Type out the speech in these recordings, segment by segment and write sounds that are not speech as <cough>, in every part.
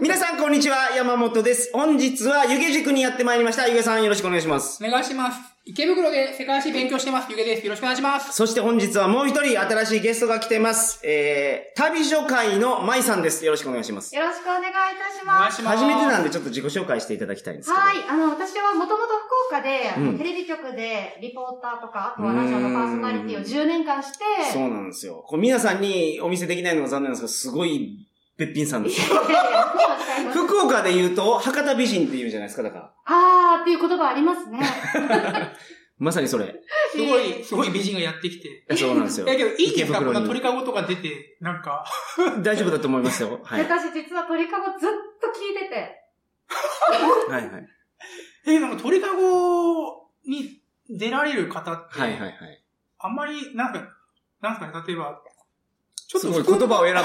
皆さん、こんにちは。山本です。本日は、湯気塾にやってまいりました。湯気さん、よろしくお願いします。お願いします。池袋で世界史勉強してます。ゆげです。よろしくお願いします。そして本日はもう一人、新しいゲストが来てます。えー、旅所会の舞さんです。よろしくお願いします。よろしくお願いいたします。し初めてなんで。で、ちょっと自己紹介していただきたいんですけど。はい。あの、私はもともと福岡で、うんテレビ局でリポーターとか、あとはラジオのパーソナリティを10年間して、そうなんですよ。こう皆さんにお見せできないのが残念なんですけど、すごい、べっぴんさんですよ。いやいや福岡使います福岡で言うと、博多美人って言うじゃないですか、だから。あーっていう言葉あります <laughs> ね。まさにそれ。すごい、すごい美人がやってきて。そうなんですいよ。やけど、いいんですか池こんな袋鳥に。<laughs> かごとか出て、なんか。大丈夫だと思いますよ。はい。は私実は鳥かごずっと聞いてて、いはい。え、なんか鳥かごに出られる方って、はいはいはい。あんまり、なんか、なんすかね、例え <laughs> ば、ちょっすとごい福言葉を選ば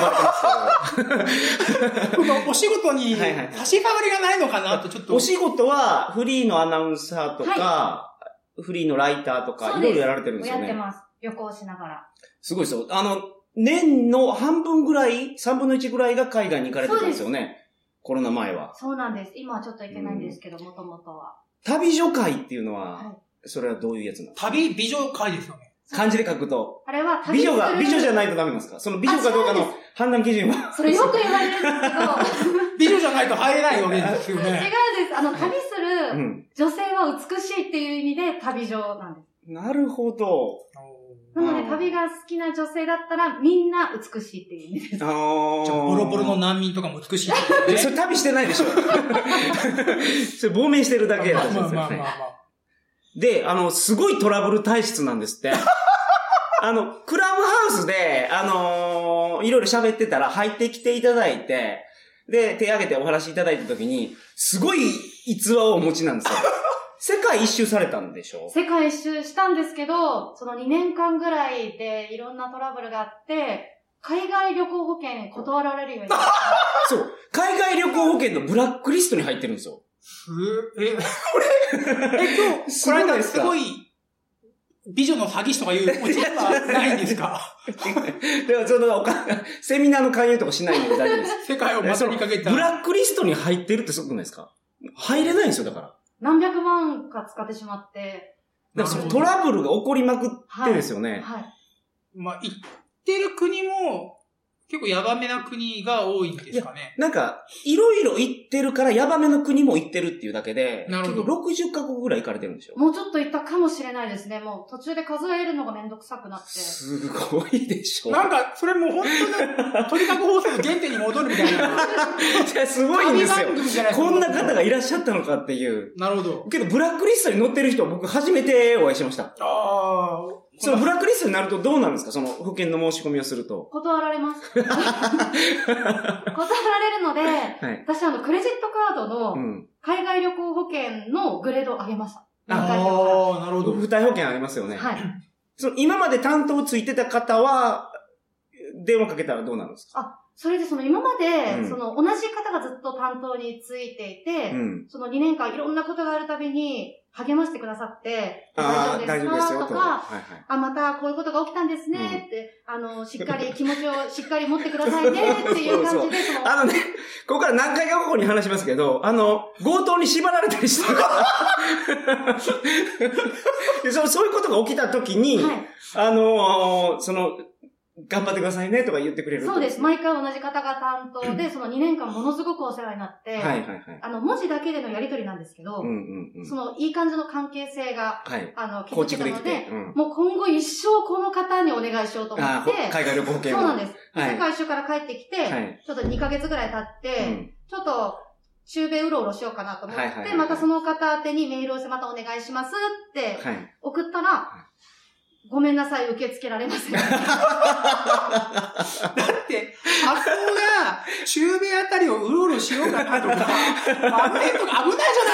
れてます岡お仕事にはいはいはい差し障りがないのかなと、ちょっけど。と。お仕事は、フリーのアナウンサーとか、フリーのライターとか、そういですろいろやられてるんですやよってね。ます。旅行しながら。すごいですよ。あの、年の半分ぐらい、3分の1ぐらいが海外に行かれてたんですよね。コロナ前は。そうなんです。今はちょっと行けないんですけど、もともとは。旅所会っていうのは、はいそれはどういうやつなの旅美女会ですよね。漢字で書くと、あれは旅美する女 <laughs> が、美女じゃないとダメなんですかその美女かどうかあそうの判断基準 <laughs> は。それよく言われるんです <laughs> けど、美女じゃないと入れないよね、ですよ違うね。です。あの、旅すうるん。女性は美しいっていう意味で旅女なんです。なるほど。なのうんで、旅が好きな女性だったら、みんな美しいっていう意味 <laughs> です。あちーょボロボロの難民とかも美しいですよえね。 <laughs> それ旅してないでしょそれ亡命してるだけまだあとま思うあんですまよあまあまね。あ。で、あの、すごいトラブル体質なんです <laughs> って。あの、クラブハウスで、あのーいろいろ喋ってたら入ってきていただいて、で、手挙げてお話しいただいたときに、すごい逸話をお持ちなん <laughs> ですよ。世界一周されたんでしょ世界一周したんですけど、その2年間ぐらいでいろんなトラブルがあって、海外旅行保険断られるようになっ <laughs> そう。海外旅行保険のブラックリストに入ってるんですよ。す、え、俺、え、今日、すこごいの間ですすかごい、美女の詐欺師とかいう落ちはないんです <laughs> か <laughs> だから、その、おかセミナーの勧誘とかしないので大丈夫です。 <laughs> 世界をまたにかけた。ブラックリストに入ってるってすごくないですか入れないんですよ、だから。何百万か使ってしまって、だからそなのるほどトラブルが起こりまくってですよね。はい。まあ、行ってる国も、結構ヤバめな国が多いんですかね。なんか、いろいろ行ってるから、ヤバめの国も行ってるっていうだけで、なるほど結構60カ国ぐらい行かれてるんでしょもうちょっと行ったかもしれないですね。もう途中で数えるのがめんどくさくなって。すごいでしょなんか、それもう本当に、とにかく放送の原点に戻るみたいな。いやすごいんですよ旅番。組じゃないですかこんな方がいらっしゃったのかっていう。なるほど。けど、ブラックリストに載ってる人、僕初めてお会いしました。ああ。そのブラックリストになるとどうなるんですかその保険の申し込みをすると。断ら <laughs> れます。 <laughs> 断られるので、はい。私あの、クレジットカードうのん。海外旅行保険のグレードを上げました。あ何回かはあ、なるほど。不対保険ありますよね。い。その今まで担当ついてた方は、電話かけたらどうなるんですかそれでその今まで、うんその同じ方がずっと担当についていて、うん。その2年間いろんなことがあるたびに励ましてくださって、ああ、大大丈丈夫夫でですすかよ、とと。か、はいはい。あ、またこういうことが起きたんですねって、あの、しっかり気持 <laughs> ちをしっかり持ってくださいねっていう感じで、その、あのね、ここから何回かここに話しますけど、あの、強盗に縛られたり <laughs> してるから。でそうそういうことが起きた時に、はい。あのその、頑張ってくださいねとか言ってくれる。そうです。毎回同じ方が担当で、その2年間ものすごくお世話になって、はいはいはい。あの、文字だけでのやりとりなんですけど、うんうんうんそ。の、いい感じの関係性が、はい。あの、構築け築たできのでて。、うん。もう今後一生この方にお願いしようと思あっーてほ、海外旅行保険そうなんです。はい世界一周から帰ってきて、はいちょっと2ヶ月ぐらい経って、うんちょっと、中米うろうろしようかなと思って、はいはいはいまたその方宛てにメールをしてまたお願いしますってはい。送ったら、ごめんなさい、受け付けられません。 <laughs> <laughs> って、あそこが、中米あたりをうろうろしようか <laughs> なとか、あの辺とか危ないじゃな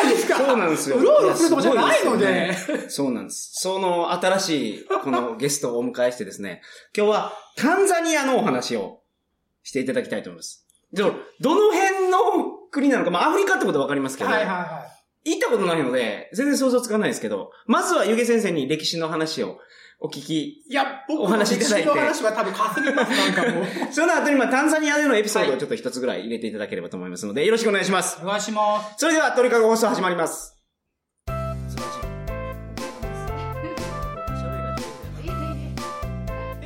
いですか。そうなんですよ。うろうろするとこじゃないのやすごですよでね。そうなんです。その新しい、このゲストをお迎えしてですね、 <laughs> 今日はタンザニアのお話をしていただきたいと思います。でも、どの辺の国なのか、まあアフリカってことはわかりますけど、はいはいは行ったことないので、全然想像つかないですけど、まずはゆげ先生に歴史の話をお聞き、 <laughs> いや、僕おの話い歴ただい史ての話は多分かすみます、な <laughs> んかもう。その後にまあタンザニアでのエピソードをちょっと一つぐらい入れていただければと思いますので、よろしくお願いします。お願いします。それでは、鳥かご放送始まり <laughs> ます。素晴らしい。ええ、え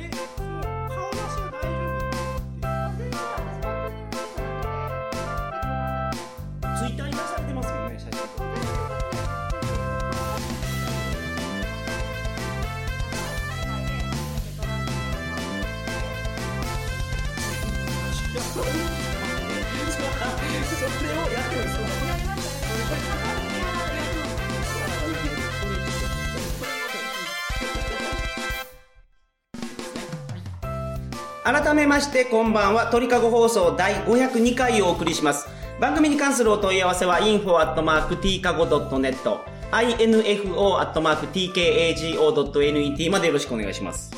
顔出しは大丈夫ツイッターに出されてますもんね、写真。それをやってるんです改めましてこんばんは鳥かご放送第502回をお送りします番組に関するお問い合わせは info.tkago.net info.tkago.net までよろしくお願いします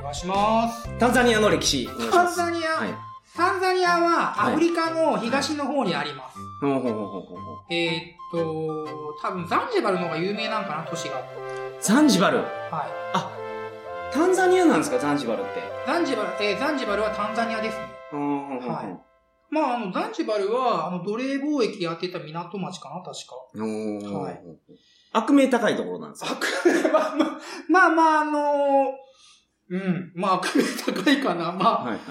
お願いします。タンザニアの歴史お願いしタまンすザニア、はいタンザニアははいアフリカの東の方にあります。ほうほうほうほうほうほうえー、っと、多分ザンジバルの方が有名なんかな、都市が。ザンジバルはタンザニアなんですかザンジバルってい。ザンジバル、えーザンジバルはタンザニアですね。うんうんうんうんはいまあ、あの、ザンジバルは、あの、奴隷貿易やってた港町かな、確か。おーはい悪名高いところなんですかまあまあ、まあ、あのーうん、まあ、悪名高いかな。まあ、はいはい。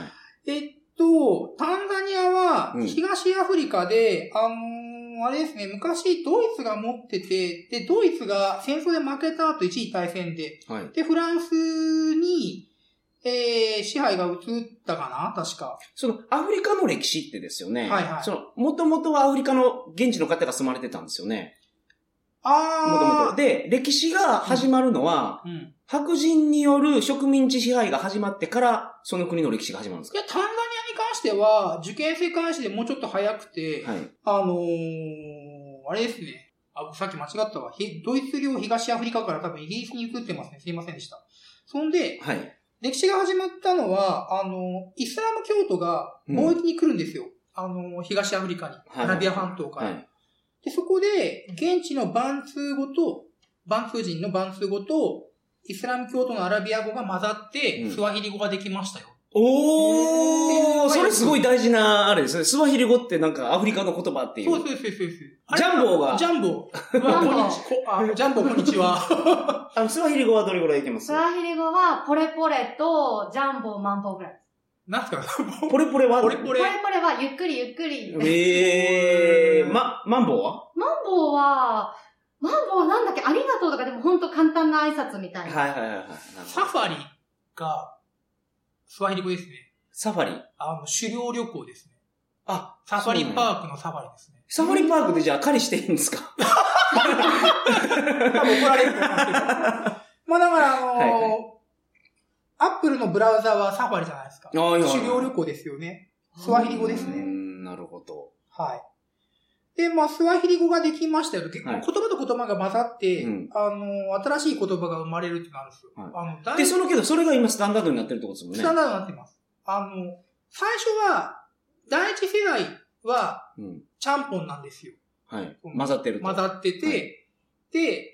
えっと、タンザニアはうん東アフリカで、あのーあれですね、昔ドイツが持ってて、で、ドイツが戦争で負けた後一次大戦で、はい。で、フランスに、えー支配が移ったかな確か。その、アフリカの歴史ってですよね。はいはいその、もともとはアフリカの現地の方が住まれてたんですよね。もともあと。ー。で、歴史が始まるのは、うん。白人による植民地支配が始まってから、その国の歴史が始まるんですいや、タンザニアに関しては、受験生関してもうちょっと早くて、かはい。あのー、あれですね。あ、僕さっき間違ったわ。ひドイツ領東アフリカから多分イギリスに移ってますね。すいませんでした。そんで、はい。歴史が始まったのは、あの、イスラム教徒が貿易に来るんですよ。あの、東アフリカに。はいアラビア半島かはら。い。で、そこで、現地のバンツー語と、バンツー人のバンツー語と、イスラム教徒のアラビア語が混ざって、うんスワヒリ語ができましたよ。おへー、ーそれすごい大事な、あれですね。スワヒリ語ってなんかアフリカの言葉っていそうう。そうそうそうそう。あれジャンボがジャンボ。うわこんにちこあジャンボ、こんにちは。 <laughs> あの、スワヒリ語はどれぐらいいけますスワヒリ語は、ポレポレと、ジャンボ、マンボぐらい。なんすか <laughs> ポレポレはポレポポレレ。ポレは、ゆっくりゆっくり。ええー、ま、マンボウはマンボウは、マンボウはなんだっけ、ありがとうとかでも本当簡単な挨拶みたいな。いはいはいはい。サファリが、スワヒリ語ですね。サファリ。あの、狩猟旅行ですね。あ、サファリパークのサファリですね。サファリパークでじゃあ狩りしていいんですか多分怒られると思 <laughs> いますけど。まあだから、あのーはいはアップルのブラウザはサファリじゃないですか。ああ、い狩猟旅行ですよね。スワヒリ語ですねん、なるほど。はい。で、まあ、スワヒリ語ができましたよ。結構はい言葉と言葉が混ざって、うんあのー新しい言葉が生まれるってなるんですよ。はいあの、だいで、そのけど、それが今スタンダードになってるってことですもんスね。タンダードになってます。あの、最初は、第一世代は、うん。ちゃんぽんなんですよ。はいうん。混ざってると。混ざってて、はいで、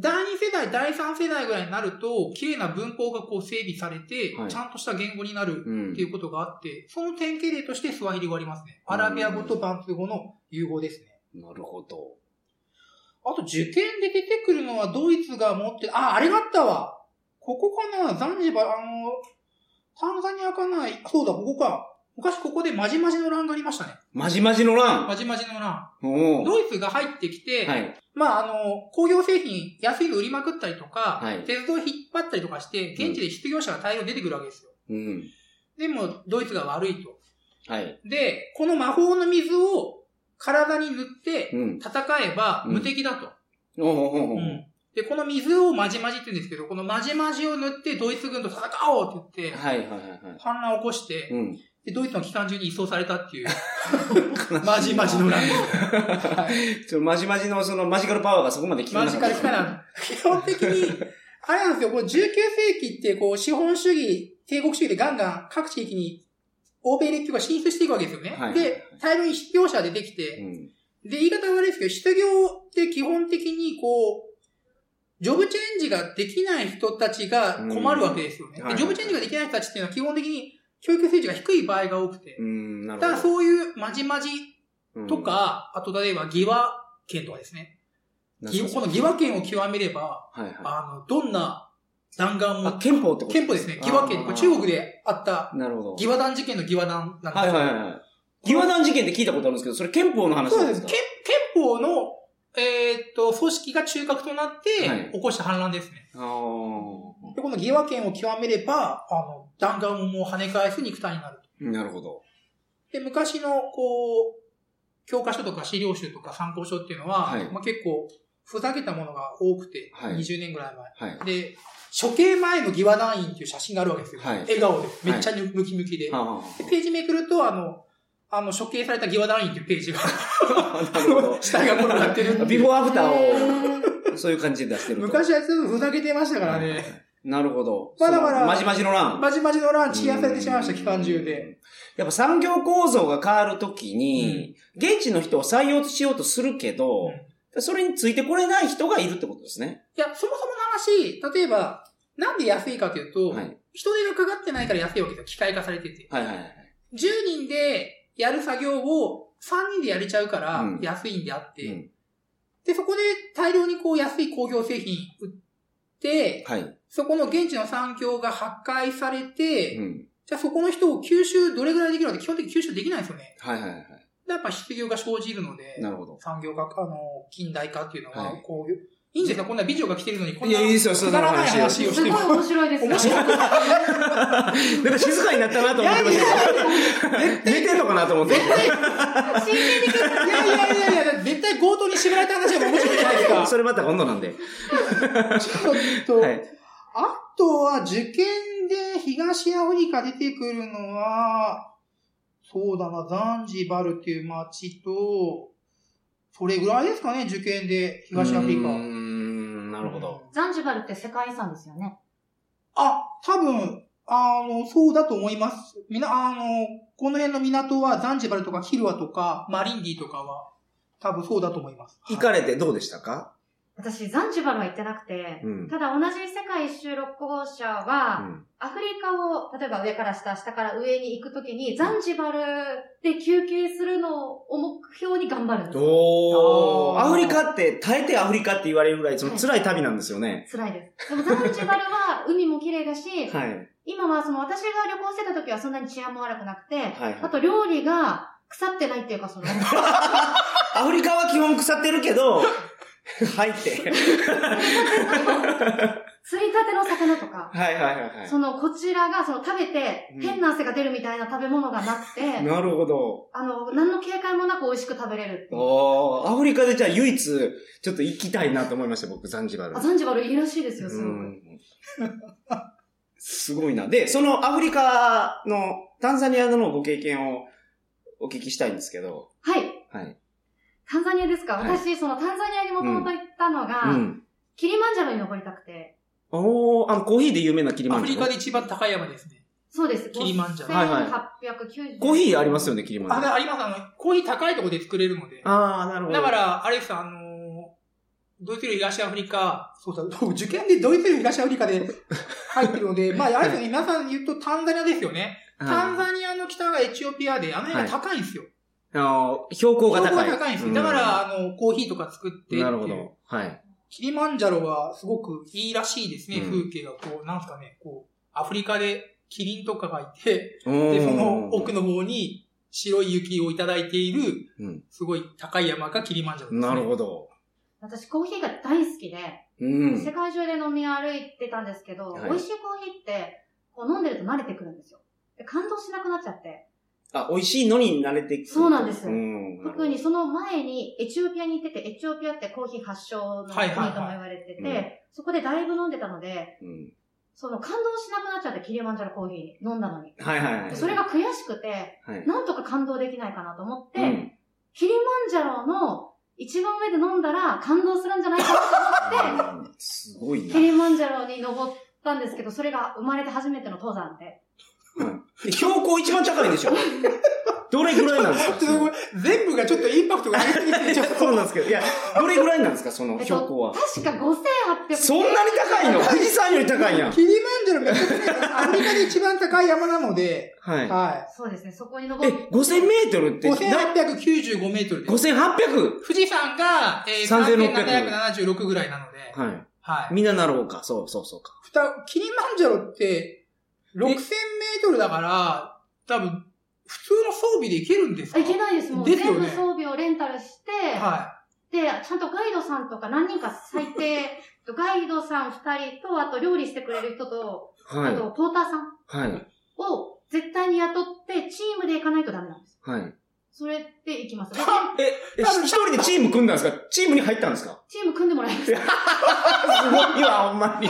第2世代、第3世代ぐらいになると、綺麗な文法がこう整備されて、はいちゃんとした言語になるうっんて。いうことがあって、その典型例としてスワヒリ語ありますね。アラビア語とバンツー語の融合ですね。なるほど。あと受験で出てくるのはドイツが持って、あ、あれがあったわ。ここかなザンジバル、あの、タンザニアかなそうだ、ここか。昔ここでマジマジの乱がありましたね。まじまじの乱マジマジの乱。おードイツが入ってきて、はい。まあ、あの、工業製品安いの売りまくったりとか、はい鉄道引っ張ったりとかして、現地で失業者が大量に出てくるわけですよ。うん。でも、ドイツが悪いと。はい。で、この魔法の水を体に塗ってう、ん。戦えばうん無敵だと。おーおーおーおーうんで、この水をまじまじって言うんですけど、このまじまじを塗ってドイツ軍と戦おうって言って、はいはいはいはい。反乱を起こして、うん。でドイツの機関銃に移送されたっ <laughs> ていう、悲しい <laughs> まじまじの乱です。はいちょ、まじまじのそのマジカルパワーがそこまで効かマなジかった。カルかな。基本的に、あれなんですよ、こう19世紀ってこう資本主義、帝国主義でガンガン各地域に欧米列強が進出していくわけですよね。はいで、大量に失業者が出てきて、うん。で、言い方悪いですけど、失業って基本的にこう、ジョブチェンジができない人たちが困るわけですよね。うんはいでジョブチェンジができない人たちっていうのは基本的に教育水準が低い場合が多くて。うん、なるただほそういうまじまじど。とか、あと例えば疑話権とかですね。うん、ぎこの疑話権を極めれば、はいはい。あの、どんな弾丸あ、も、憲法ってこと憲法ですね、疑話権、これ中国であったなるほど。疑話弾事件の疑話弾なんですはいはいはい。疑和団事件って聞いたことあるんですけど、それ憲法の話そうなんで。ですす憲か憲法の、えーっと、組織が中核となってはい、起こした反乱ですね。ああで、この疑和権を極めれば、あの、弾丸をもう跳ね返す肉体になると。ー。なるほど。で、昔の、こう、教科書とか資料集とか参考書っていうのは、はいまあ、結構、ふざけたものが多くて、はい20年ぐらいはい。前。で、処刑前の疑和団員っていう写真があるわけですよ。はい笑顔で。めっちゃムキムキで。あでページめくると、あの、あの、処刑された疑和団員っていうページが、あ。 <laughs> なあるほどの、。 <laughs> 下が転がってるっていう。ビフォーアフターへーを、そういう感じで出してると。昔はずっとふざけてましたからね。なるほど。まだまだそのまじまじの乱。まじまじのラン、チアされてしまいました、期間中で。やっぱ産業構造が変わるときに、現地の人を採用しようとするけど、それについてこれない人がいるってことですね。いや、そもそもの話、例えば、なんで安いかというと、はい。人手がかかってないから安いわけですよ。機械化されてて。はいはいはい。 10人でやる作業を3人でやれちゃうからうん安いんであって、うんで、そこで大量にこう安い工業製品売って、はい。そこの現地の産業が破壊されて、うん。じゃあそこの人を吸収どれぐらいできるのって基本的に吸収できないんですよね。はいはいはい。やっぱ失業が生じるので、なるほど。産業化、あの、近代化っていうのははい、こういう、いいんですかこんな美女が来てるのに、こんいなや、いいですよ、そくんなだらない話。話をしすてごいる。面白いです。面白くないな <laughs> んか静かになったなと思ってましたけど。寝てんのかなと思って。真剣に聞いていやいやいやいや、絶対強盗に縛られた話は面白くないですかそれまた今度なんで。ちょっと、はい。あとは受験で東アフリカ出てくるのは、そうだな、ザンジバルっていう街と、それぐらいですかね、受験で東アフリうーカ。ん、なるほど。。ザンジバルって世界遺産ですよね。あ、多分、あの、そうだと思います。みな、あの、この辺の港はザンジバルとかヒルワとかマリンディとかは、多分そうだと思います。行かれてどうでしたか私、ザンジバルは行ってなくて、うん。ただ同じ世界一周六号車は、アフリカを、例えば上から下、下から上に行くときに、ザンジバルで休憩するのを目標に頑張るんですよ。おー。あーアフリカって、耐えてアフリカって言われるぐらい、その辛い旅なんですよね。辛いです。でもザンジバルは海も綺麗だし、はい。今はその私が旅行してた時はそんなに治安も悪くなくて、はいはいあと料理が腐ってないっていうか <laughs> その、そアフリカは基本腐ってるけ <laughs> ど、入って。釣りたての魚とか、はいはいはいはそのこちらがその食べてうん変な汗が出るみたいな食べ物がなくて、い。なるほど。あの、何の警戒もなく美味しく食べれるっていう。おー。アフリカでじゃあ唯一、ちょっと行きたいなと思いました、僕、ザンジバルあ、。ザンジバルいいらしいですよ、すごうく。んすごいな。で、そのアフリカの、タンザニアでのご経験をお聞きしたいんですけど。はい。はい。タンザニアですか、はい私、そのタンザニアにもともと行ったのが、うん。キリマンジャロに登りたくて。おー、あの、コーヒーで有名なキリマアンフジリャロカ。で一番高い山ですね。そうです。キリマンジャロはいはい5890。コーヒーありますよね、キリマあ、ンジャロ。だあります。あの、コーヒー高いところで作れるので。あー、なるほど。だか、ら、アレクさん、あのードイツ領東アフリカ、そうだ、僕受験でドイツ領東アフリカで入ってるの <laughs> で、まあ、アレクさん、皆さん言うとタンザニアですよね。タンザニアの北がエチオピアで、あの辺が高いんですよ。あの、標高が標高高い。が高いんですよ。だかうん、ら、あの、コーヒーとか作ってっていうなるほど。はい。キリマンジャロはすごくいいらしいですね、うん風景が。こう、なんすかね、こう、アフリカでキリンとかがいて、でで、その奥の方に白い雪をいただいている、うんすごい高い山がキリマンジャロです、ね。なるほど。私コーヒーが大好きで、うん。世界中で飲み歩いてたんですけど、はい美味しいコーヒーって、こう飲んでると慣れてくるんですよ。で感動しなくなっちゃって。あ、美味しいのに慣れてきてそうなんですうん特に、その前にエチオピアに行ってて、エチオピアってコーヒー発祥の国とも言われてて、はいはいはそこでだいぶ飲んでたので、うんその感動しなくなっちゃって、キリマンジャロコーヒーに飲んだのに。はいはいはい。でそれが悔しくて、はい、なんとか感動できないかなと思って、うんキリマンジャロの一番上で飲んだら感動するんじゃないかなと思って、うんすごいなキ。リマンジャロに登ったんですけど、それが生まれて初めての登山で。標高一番高いんでしょどれぐらいなんですかちょっとごめん全部がちょっとインパクトが上がりすぎて、ちょっと。 <laughs> そうなんですけど、いや、どれぐらいなんですか、そのえっ標高とは。、確か5800。そんなに高いの富士山より高いやん。キリマンジャロめっちゃ高いです。アフリカで一番高い山なので、ははそうですね、そこにい。え登っ、 5000メートルっい。て、だ5895メートルです。 5800! 富士山が、えー、 3676 3776ぐらいなので、は。はいい。みんななろうか。そうそうそうか。ふた、キリマンジャロって、6000メートルだから、多分、普通の装備で行けるんですあかいけないです。もうですよ全ね部装備をレンタルして、はで、ちゃんとガイドさんとか何人か最低、ガイドさん2人と、あと料理してくれる人と、はあい。とポーターさんはい。を絶対に雇って、チームで行かないとダメなんです。はい。それで行きます。でえ、え一人でチーム組んだんですかチームに入ったんですかチーム組んでもらいます。すごいわ、ほんまに。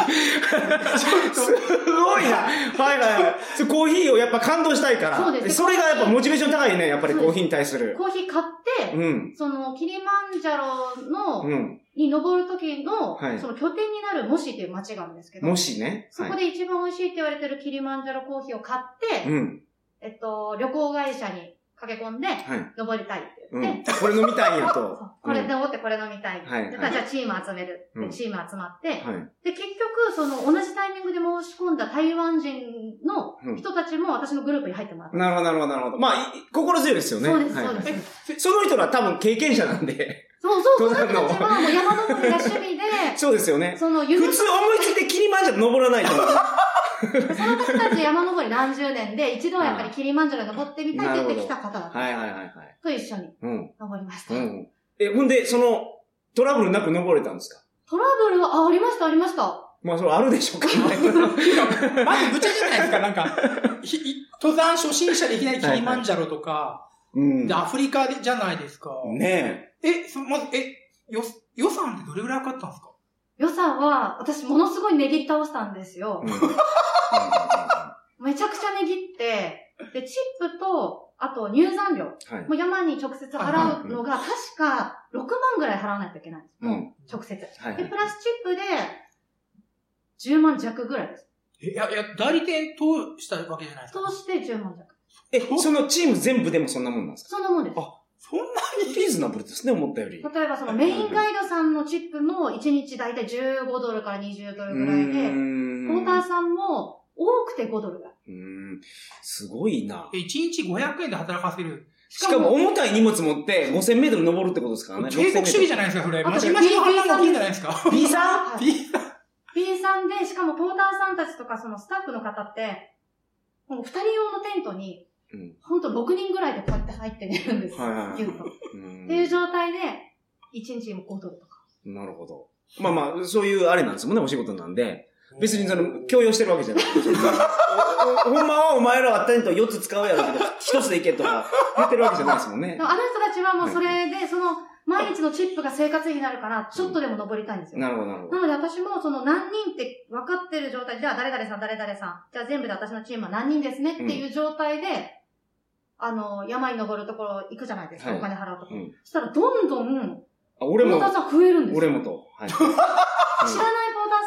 すごいな。はいはいはいそれ。コーヒーをやっぱ感動したいから。そうですそれがやっぱモチベーション高いね、やっぱりコーヒーに対する。コーヒー買って、うん。その、キリマンジャロの、うん。に登る時の、はいその拠点になるモシっていう町があるんですけど、もしね。そこい。で一番美味しいって言われてるキリマンジャロコーヒーを買って、うん。えっと、旅行会社に駆け込んで、はい。登りたいってう言ってん。、これ飲みたいんやと。そうこれ登ってこれ飲みたい。はいでじゃあチーム集めるってうんチーム集まって、うんはい。で、結局、その、同じタイミングで申し込んだ台湾人うんの人たちも私のグループに入ってもらった。なるほど、なるほど、なるほど。まあ、い心強いですよね。そうです、はいそうです。その人ら多分経験者なんで。 <laughs> そうそう、どうそなのん人のたちはもう山登りが趣 <laughs> 味そうですよねで、。その、普ゆ通る思いついてキリマンジャロ登らないと <laughs> 思う。その方たち山登り何十年で、一度はやっぱりキリマンジャロ登ってみたいって言ってきた方だったはいはいはいはい。と一緒にうん。登りましたう。ん。え、ほんで、その、トラブルなく登れたんですかトラブルは、あ、ありました、ありました。まあ、それあるでしょうか、ね。い。まず無茶じゃないですか、なんか、ひひ登山初心者でいきなりキリマンジャロとか、うん。ねで、アフリカでじゃないですか。え。え、そまず、え、よ、予算ってどれぐらいかかったんですか予算は、私ものすごいねぎり倒したんですよう。んめちゃくちゃねぎって、で、チップと、あと入山料。はい。もう山に直接払うのが、確か6万ぐらい払わないといけないんです。う。もうん <laughs> 直接。で、はいはいプラスチップで、10万弱ぐらいです。えいや、いや、代理店通したわけじゃないですか。通して10万弱。え、そのチーム全部でもそんなもんなんですそんなもんです。そんかな <laughs> リーズナブルですね、思ったより。例えばそのメインガイドさんのチップも1日だいたい15ドルから20ドルぐらいで、ポーーターさんも多くて5ドルだ。うん。すごいな。 1日500円で働かせる。しかも重たい荷物持って5000メートル登るってことですからね。帝国主義じゃないないですか、それ。あとまじまじの反乱が起きるんじゃないですか。 ?B さんはい B B さんで、しかもポーターさんたちとかそのスタッフの方って、もう2人用のテントに、うん。ほんと6人ぐらいでこうやって入って寝るんですよ。はいはいはいギュッと。っうんていう状態で、1日も5ドルとか。なるほど。まあまあ、そういうあれなんですもんね、お仕事なんで。別にその、強要してるわけじゃない。そんなおお <laughs> ほんまはお前らはテント4つ使うやろけど、1つでいけとか言ってるわけじゃないですもんねで。もあの人たちはもうそれで、その、毎日のチップが生活費になるから、ちょっとでも登りたいんですよ。なるほど、なるほどな。ので私もその何人って分かってる状態、じゃあ誰々さん誰々さん、じゃあ全部で私のチームは何人ですねっていう状態で、あの、山に登るところ行くじゃないですか、はいお金払うところ。うんそしたらどんどん、あポ俺ーもタ、ーさん増えるんですよ。俺もと。はい。知らないポータ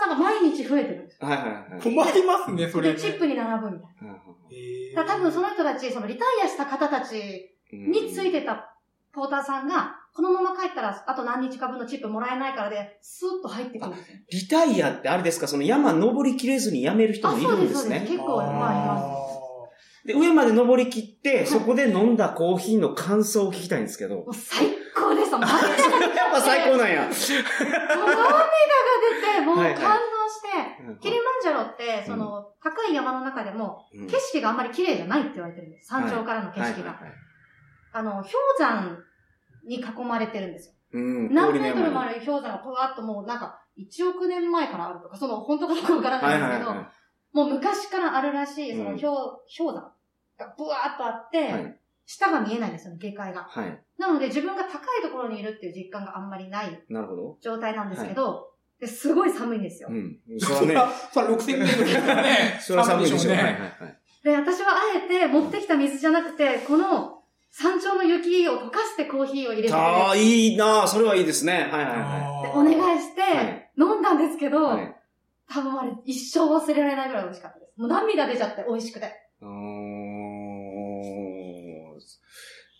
ーさんが毎日増えてるんですはいはいはい <laughs> はい。困りますね、そよ。れね。で、チップに並ぶみたいうんうんえーな。だから多分その人たち、そのリタイアした方たちうんについてたポーターさんが、このまま帰ったら、あと何日か分のチップもらえないからで、スーッと入ってくるんですよ。リタイアってあれですかその山登りきれずに辞める人あ、もいそうるんで、ですすそうでね。す。結構、まあ、います。で、上まで登りきって、いそこで飲んだコーヒーの感想を聞きたいんですけど。もう最高でした。もう <laughs> やっぱ最高なんや。もう涙が出て、もうはいはい感動して、キリマンジャロって、その、高い山の中でも、うん景色があんまり綺麗じゃないって言われてるんです。山頂からの景はい色はいはが。いあの、氷山に囲まれてるんですよ。うん。何メートルもはある氷山がこわっともうなんか、1億年前からあるとか、その、本当かどうかわからいはないいんですけど、はもう昔からあるらしい、そのうん氷、氷山がブワーっとあっい。て、はい。下が見えないんですよね、下界が。はい。なので自分が高いところにいるっていう実感があんまりないなるほど。状態なんですけど、ですごい寒いんですよ。うん。そ <laughs> それれはね、。は、それは6000メートルですから <laughs> ねそれは <laughs> 寒いでしょう。はいはいね。はい。で、私はあえて持ってきた水じゃなくて、この山頂の雪を溶かしてコーヒーを入れてくれああ、るいいなあそれはいいですね。はいはいはでお願い。いしてはい飲んだんですけど、い。はい多分あれ一生忘れられないぐらい美味しかったです。もう涙出ちゃって美味しくて。うーん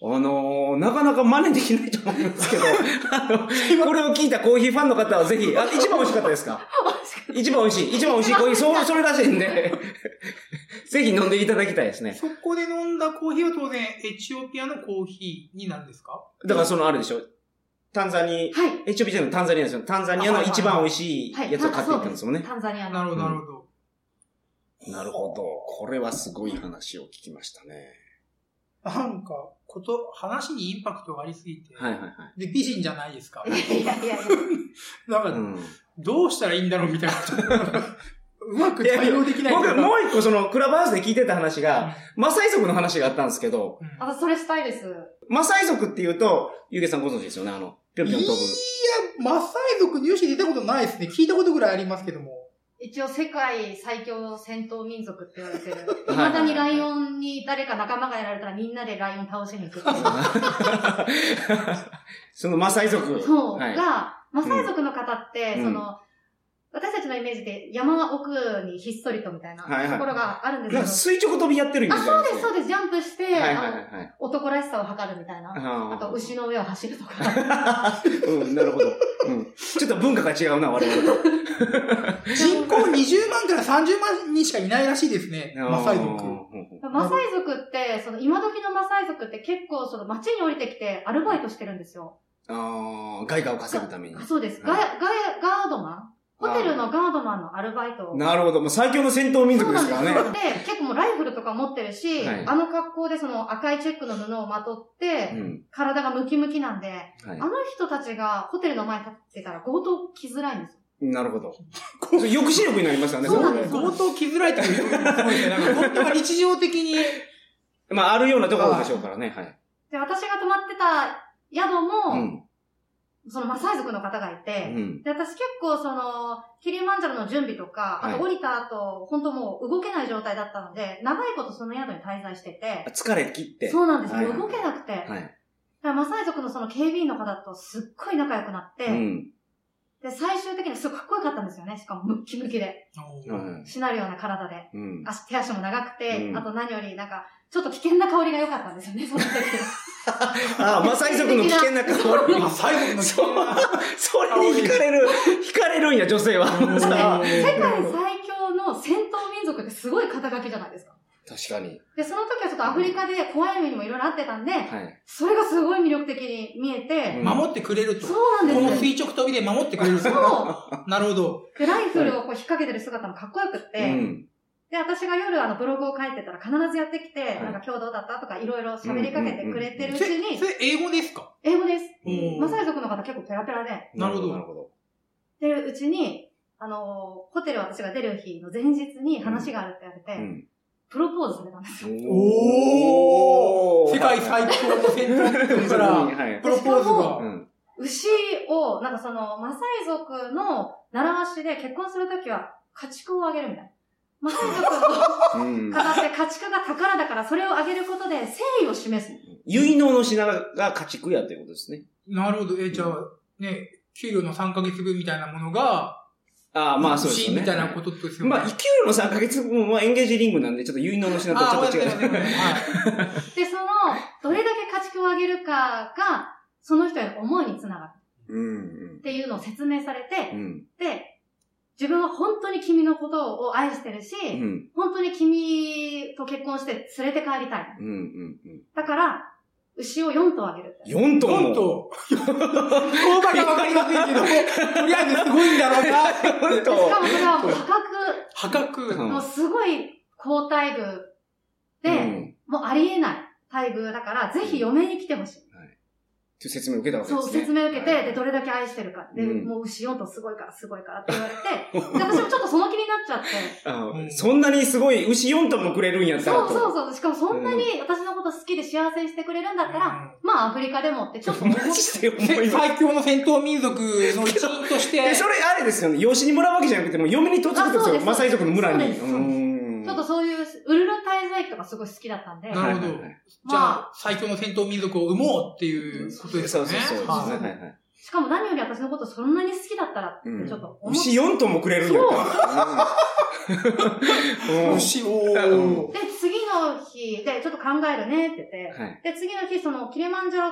あのーなかなか真似できないと思うんですけ <laughs> ど、あの、これを聞いたコーヒーファンの方はぜひ、あ、一番美味しかったですか一番美味しい、一番美 <laughs> 味しいコーヒー、そう、それらしいんで、 <laughs> ぜひ飲んでいただきたいですね。そこで飲んだコーヒーは当然エチオピアのコーヒーになるんですかだからそのあれでしょ、タンザニはい。エチオピアじゃないタンザニアですよ。タンザニアの一番美味しいはい。やつを買っていったんですもんね。タンザニアの。なるほど、なるほど。なるほど。これはすごい話を聞きましたね。なんか、こと、話にインパクトがありすぎて。はいはいはい。で、美人じゃないですか。いやいやいやいや。なんか、うんどうしたらいいんだろうみたいな。うまく対応できない僕、うもう一個その、クラブハウスで聞いてた話が、マサイ族の話があったんですけど、んあ、それしたいです。マサイ族って言うと、ゆうげさんご存知ですよね、あの、ぴょんぴょん <laughs> 飛ぶ。いや、マッサイ族入試出たことないですね。聞いたことぐらいありますけども。一応世界最強戦闘民族って言われてる。はい未だにライオンに誰か仲間がやられたらみんなでライオン倒しに行くっていう。そのマサイ族。そう。はいが、マサイ族の方って、うんその、私たちのイメージで山奥にひっそりとみたいなはいはいところがあるんですけなんど、か垂直飛びやってるイメージあ、そうです、そうです。ジャンプして、はいはいあはのいはい。男らしさを測るみたいな。ああと、牛の上を走 <laughs> るとか。の。うん、なるほど。うん。ちょっと文化が違うな、 <laughs> 我々と。人口20万から30万人しかいないらしいですね。マサイう族。んマサイ族って、その、今時のマサイ族って結構、その、街に降りてきてアルバイトしてるんですよ。あー、外貨を稼ぐためにあ。そうです。ガ、はガい、ガードマンホテルのガードマンのアルバイトを。なるほど。もう最強の戦闘民そ族うでなんすですからよ。ね。で、結構もうライフルとか持ってるし、はいあの格好でその赤いチェックの布をまとって、うん。体がムキムキなんで、はいあ。の人たちがホテルの前に立ってたら強盗来づらいんですよ。なるほど。それ抑止力になりますよね、そうなんですれ強盗来づらいとか言うなんか強盗が日常的に。まあ、あるようなところでしょうからね、はい。で、私が泊まってた宿うも、ん。そのマサイ族の方がいうて、ん。で、私結構その、キリマンジャロの準備とか、あと降はりた後、本当もう動けない状態だったので、長いことその宿に滞在してて、疲れ切って。そうなんです、はいはいもう動けなくて。だかはい。らマサイ族のその警備員の方とすっごい仲良くなって、うん。で、最終的にすごいかっこよかったんですよね。しかもムッキムキで、うん。しなるような体で。うん。足、手足も長くて、うんあと何より、なんか、ちょっと危険な香りが良かったんですよね、その時は。あ、マサイ族の危険な香 <laughs> り。マサイ族のそう。それに惹かれる、惹かれるんや、女性は。そう世界最強の戦闘民族ってすごい肩書きじゃないですか。確かに。で、その時はちょっとアフリカで怖い目にもいろいろあってたんで、はい。それがすごい魅力的に見えて、守ってくれると。こそうなんのですよ。垂直飛びで守ってくれると。そうなるほど。でライフルをこう引っ掛けてる姿もかっこよくって、うん。で、私が夜あのブログを書いてたら必ずやってきて、いなんか今日どうだったとかいろいろ喋りかけてくれてるうちそれ、そに、れ英語ですか英語です。うんマサイ族の方結構ペラペラで、なるほどなるほど。でうちに、あのーホテル私が出る日の前日に話があるって言われうて、ん。プロポーズされたんです。世界最強の戦闘民族から、はいプ。ロポーズうが。ん。牛を、なんかその、マサイ族の習わしで結婚するときは家畜をあげるみたいな。マサイ族のうん。方って家畜が宝だからそれをあげることで誠意を示す。結納の品が家畜やということですね。なるほど。え、じゃあ、ね、給料の3ヶ月分みたいなものが、ああ、まあそうです欲しいね。みたいなことですよね。まあ、給料の3ヶ月分はエンゲージリングなんで、ちょっと結納の品とあ、ちょっと違わかりまう。したはいで、その、どれだけ家畜をあげるかが、その人への思いにつながるうんっ。ていうのを説明されうて、ん。で、自分は本当に君のことを愛してるし、うん。本当に君と結婚して連れて帰りたい。うん。うん。うん。だから、牛を4頭あげる。 4トン本も。当 <laughs> 相場がわかりませんけど、とりあえずすごいんだろうな。 4しかトン。もそれはもう破破格。う格、んもうすごい高待遇で、うんもうありえない待遇だから、ぜひ嫁に来てほしい。っていう説明を受けたわけでそう、すね。説明受けはて、いで、どれだけ愛してるか。で、うんもう牛4頭すごいからすごいからって言われ <laughs> て、で、私もちょっとその気になっちゃって、あうんそんなにすごい牛4トンもくれるんやったらそと。うそうそう、しかもそんなに私のこと好きで幸せにしてくれるんだったら、まあアフリカでもってちょっと思っマ <laughs> てジで思せいます。最強の戦闘民族の一員とし <laughs> て、え、それあれですよね。養子にもらうわけじゃなくて、もう嫁に嫁ぐってこあそとうでですすよ。マサイ族の村に。うそうですそうですーんちょっとそういう、ウルルン滞在期とかすごい好きだったんで、なるはいほどはいはいじゃまあ、あ、最強の戦闘民族を生もうっていうことですそようね。そうそう。ですねはいはいはいしかも何より私のことそんなに好きだったらっうんてちょっと思って、牛4トンもくれるんやったら。うんうん牛を、うんで、次の日でちょっと考えるねって言って、はい。で、次の日、その、キレマンジャロ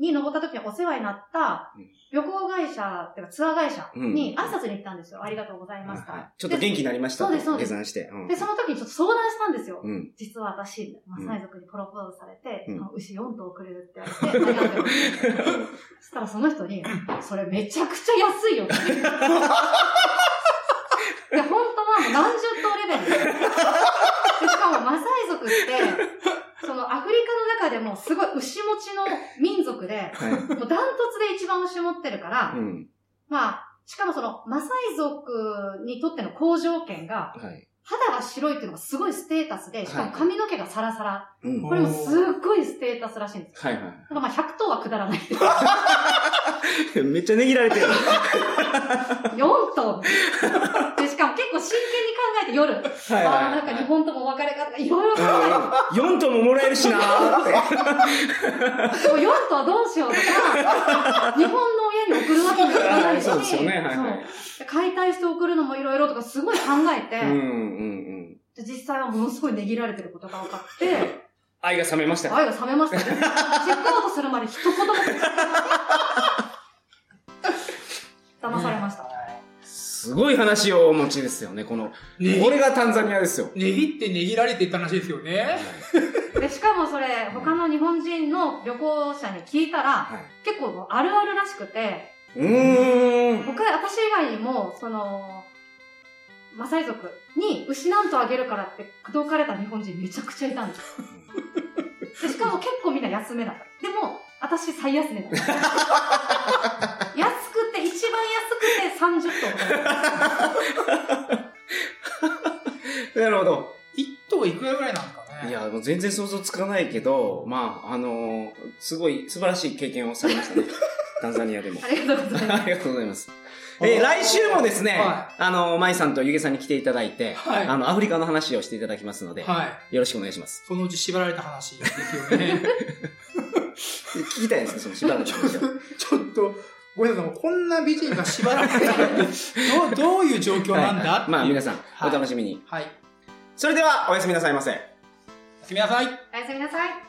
に登った時にお世話になったうん、旅行会社、っていうかツアー会社うにん挨拶に行ったんですよ。ありがとうございましはいた。ちょっと元気になりました。そうですそうです下山して。うんで、その時にちょっと相談したんですよ。 <laughs> うん。実は私、マサイ族にプロポーズされて、うんあの牛4頭くれるって言われて、<laughs> ありがとうございますそしたらその人に、それめちゃくちゃ安いよって。いや、本当はもう何十頭レベルで。でしかもマサイ族って、そのアフリカの中でもすごい牛持ちの民族で、はもうダントツで一番牛持ってるから、い。うん。まあ、しかもそのマサイ族にとっての好条件が、はい。肌が白いっていうのがすごいステータスで、しかも髪の毛がサラサラ。うん。こはいれもすっごいステータスらしいんですよ。はだからまあ100頭はくだらない。い。めっちゃ値切られてる。 4頭。で、しかも結構真剣に考えて夜。はいああ、なんか日本とも別れ方がいろいろ考うんうん。4トンももらえるしなー <laughs> って。えて、もう4頭はどうしようとか、日本の親に送るわけにもいかないし、そうですよねはいはいそう解体して送るのもいろいろとかすごい考えて、うんうんうん。で実際はものすごい値切られてることが分かって、愛が冷めました。愛が冷めましたね。チェックアウトするまで一言も。騙されました。すごい話をお持ちですよね、この。ねこれがタンザニアですよ。ねぎってねぎられていった話ですよね。で、しかもそれ、他の日本人の旅行者に聞いたら、はい。結構あるあるらしくて、うー <laughs> ん。僕、私以外にも、その、マサイ族に牛なんとあげるからって口説かれた日本人めちゃくちゃいたんですよ。でしかも結構みんな安めだった。でも、私最安値だった。安くて、一番安くて30頭とか。なるほど。一頭いくらぐらいなんですかね。いや、もう全然想像つかないけど、まあ、あのーすごい素晴らしい経験をされましたね。タンザニアでも。ありがとうございますあ。りがとうございます。あーえー来週もですね、はあのー、舞さんとゆげさんに来ていただいて、はいあの、アフリカの話をしていただきますので、はい。よろしくお願いします。そのうち縛られた話ですよね。 <laughs> 聞きたいですね、そのしばらくの話を。ちょっと、ごめんなさい、こんな美人が縛られてるって、どう、どういう状況なんだはいはいまあ、皆ささん、はいお楽しみに。はい。それでは、おやすみなさいませ。おやすみなさい。おやすみなさい。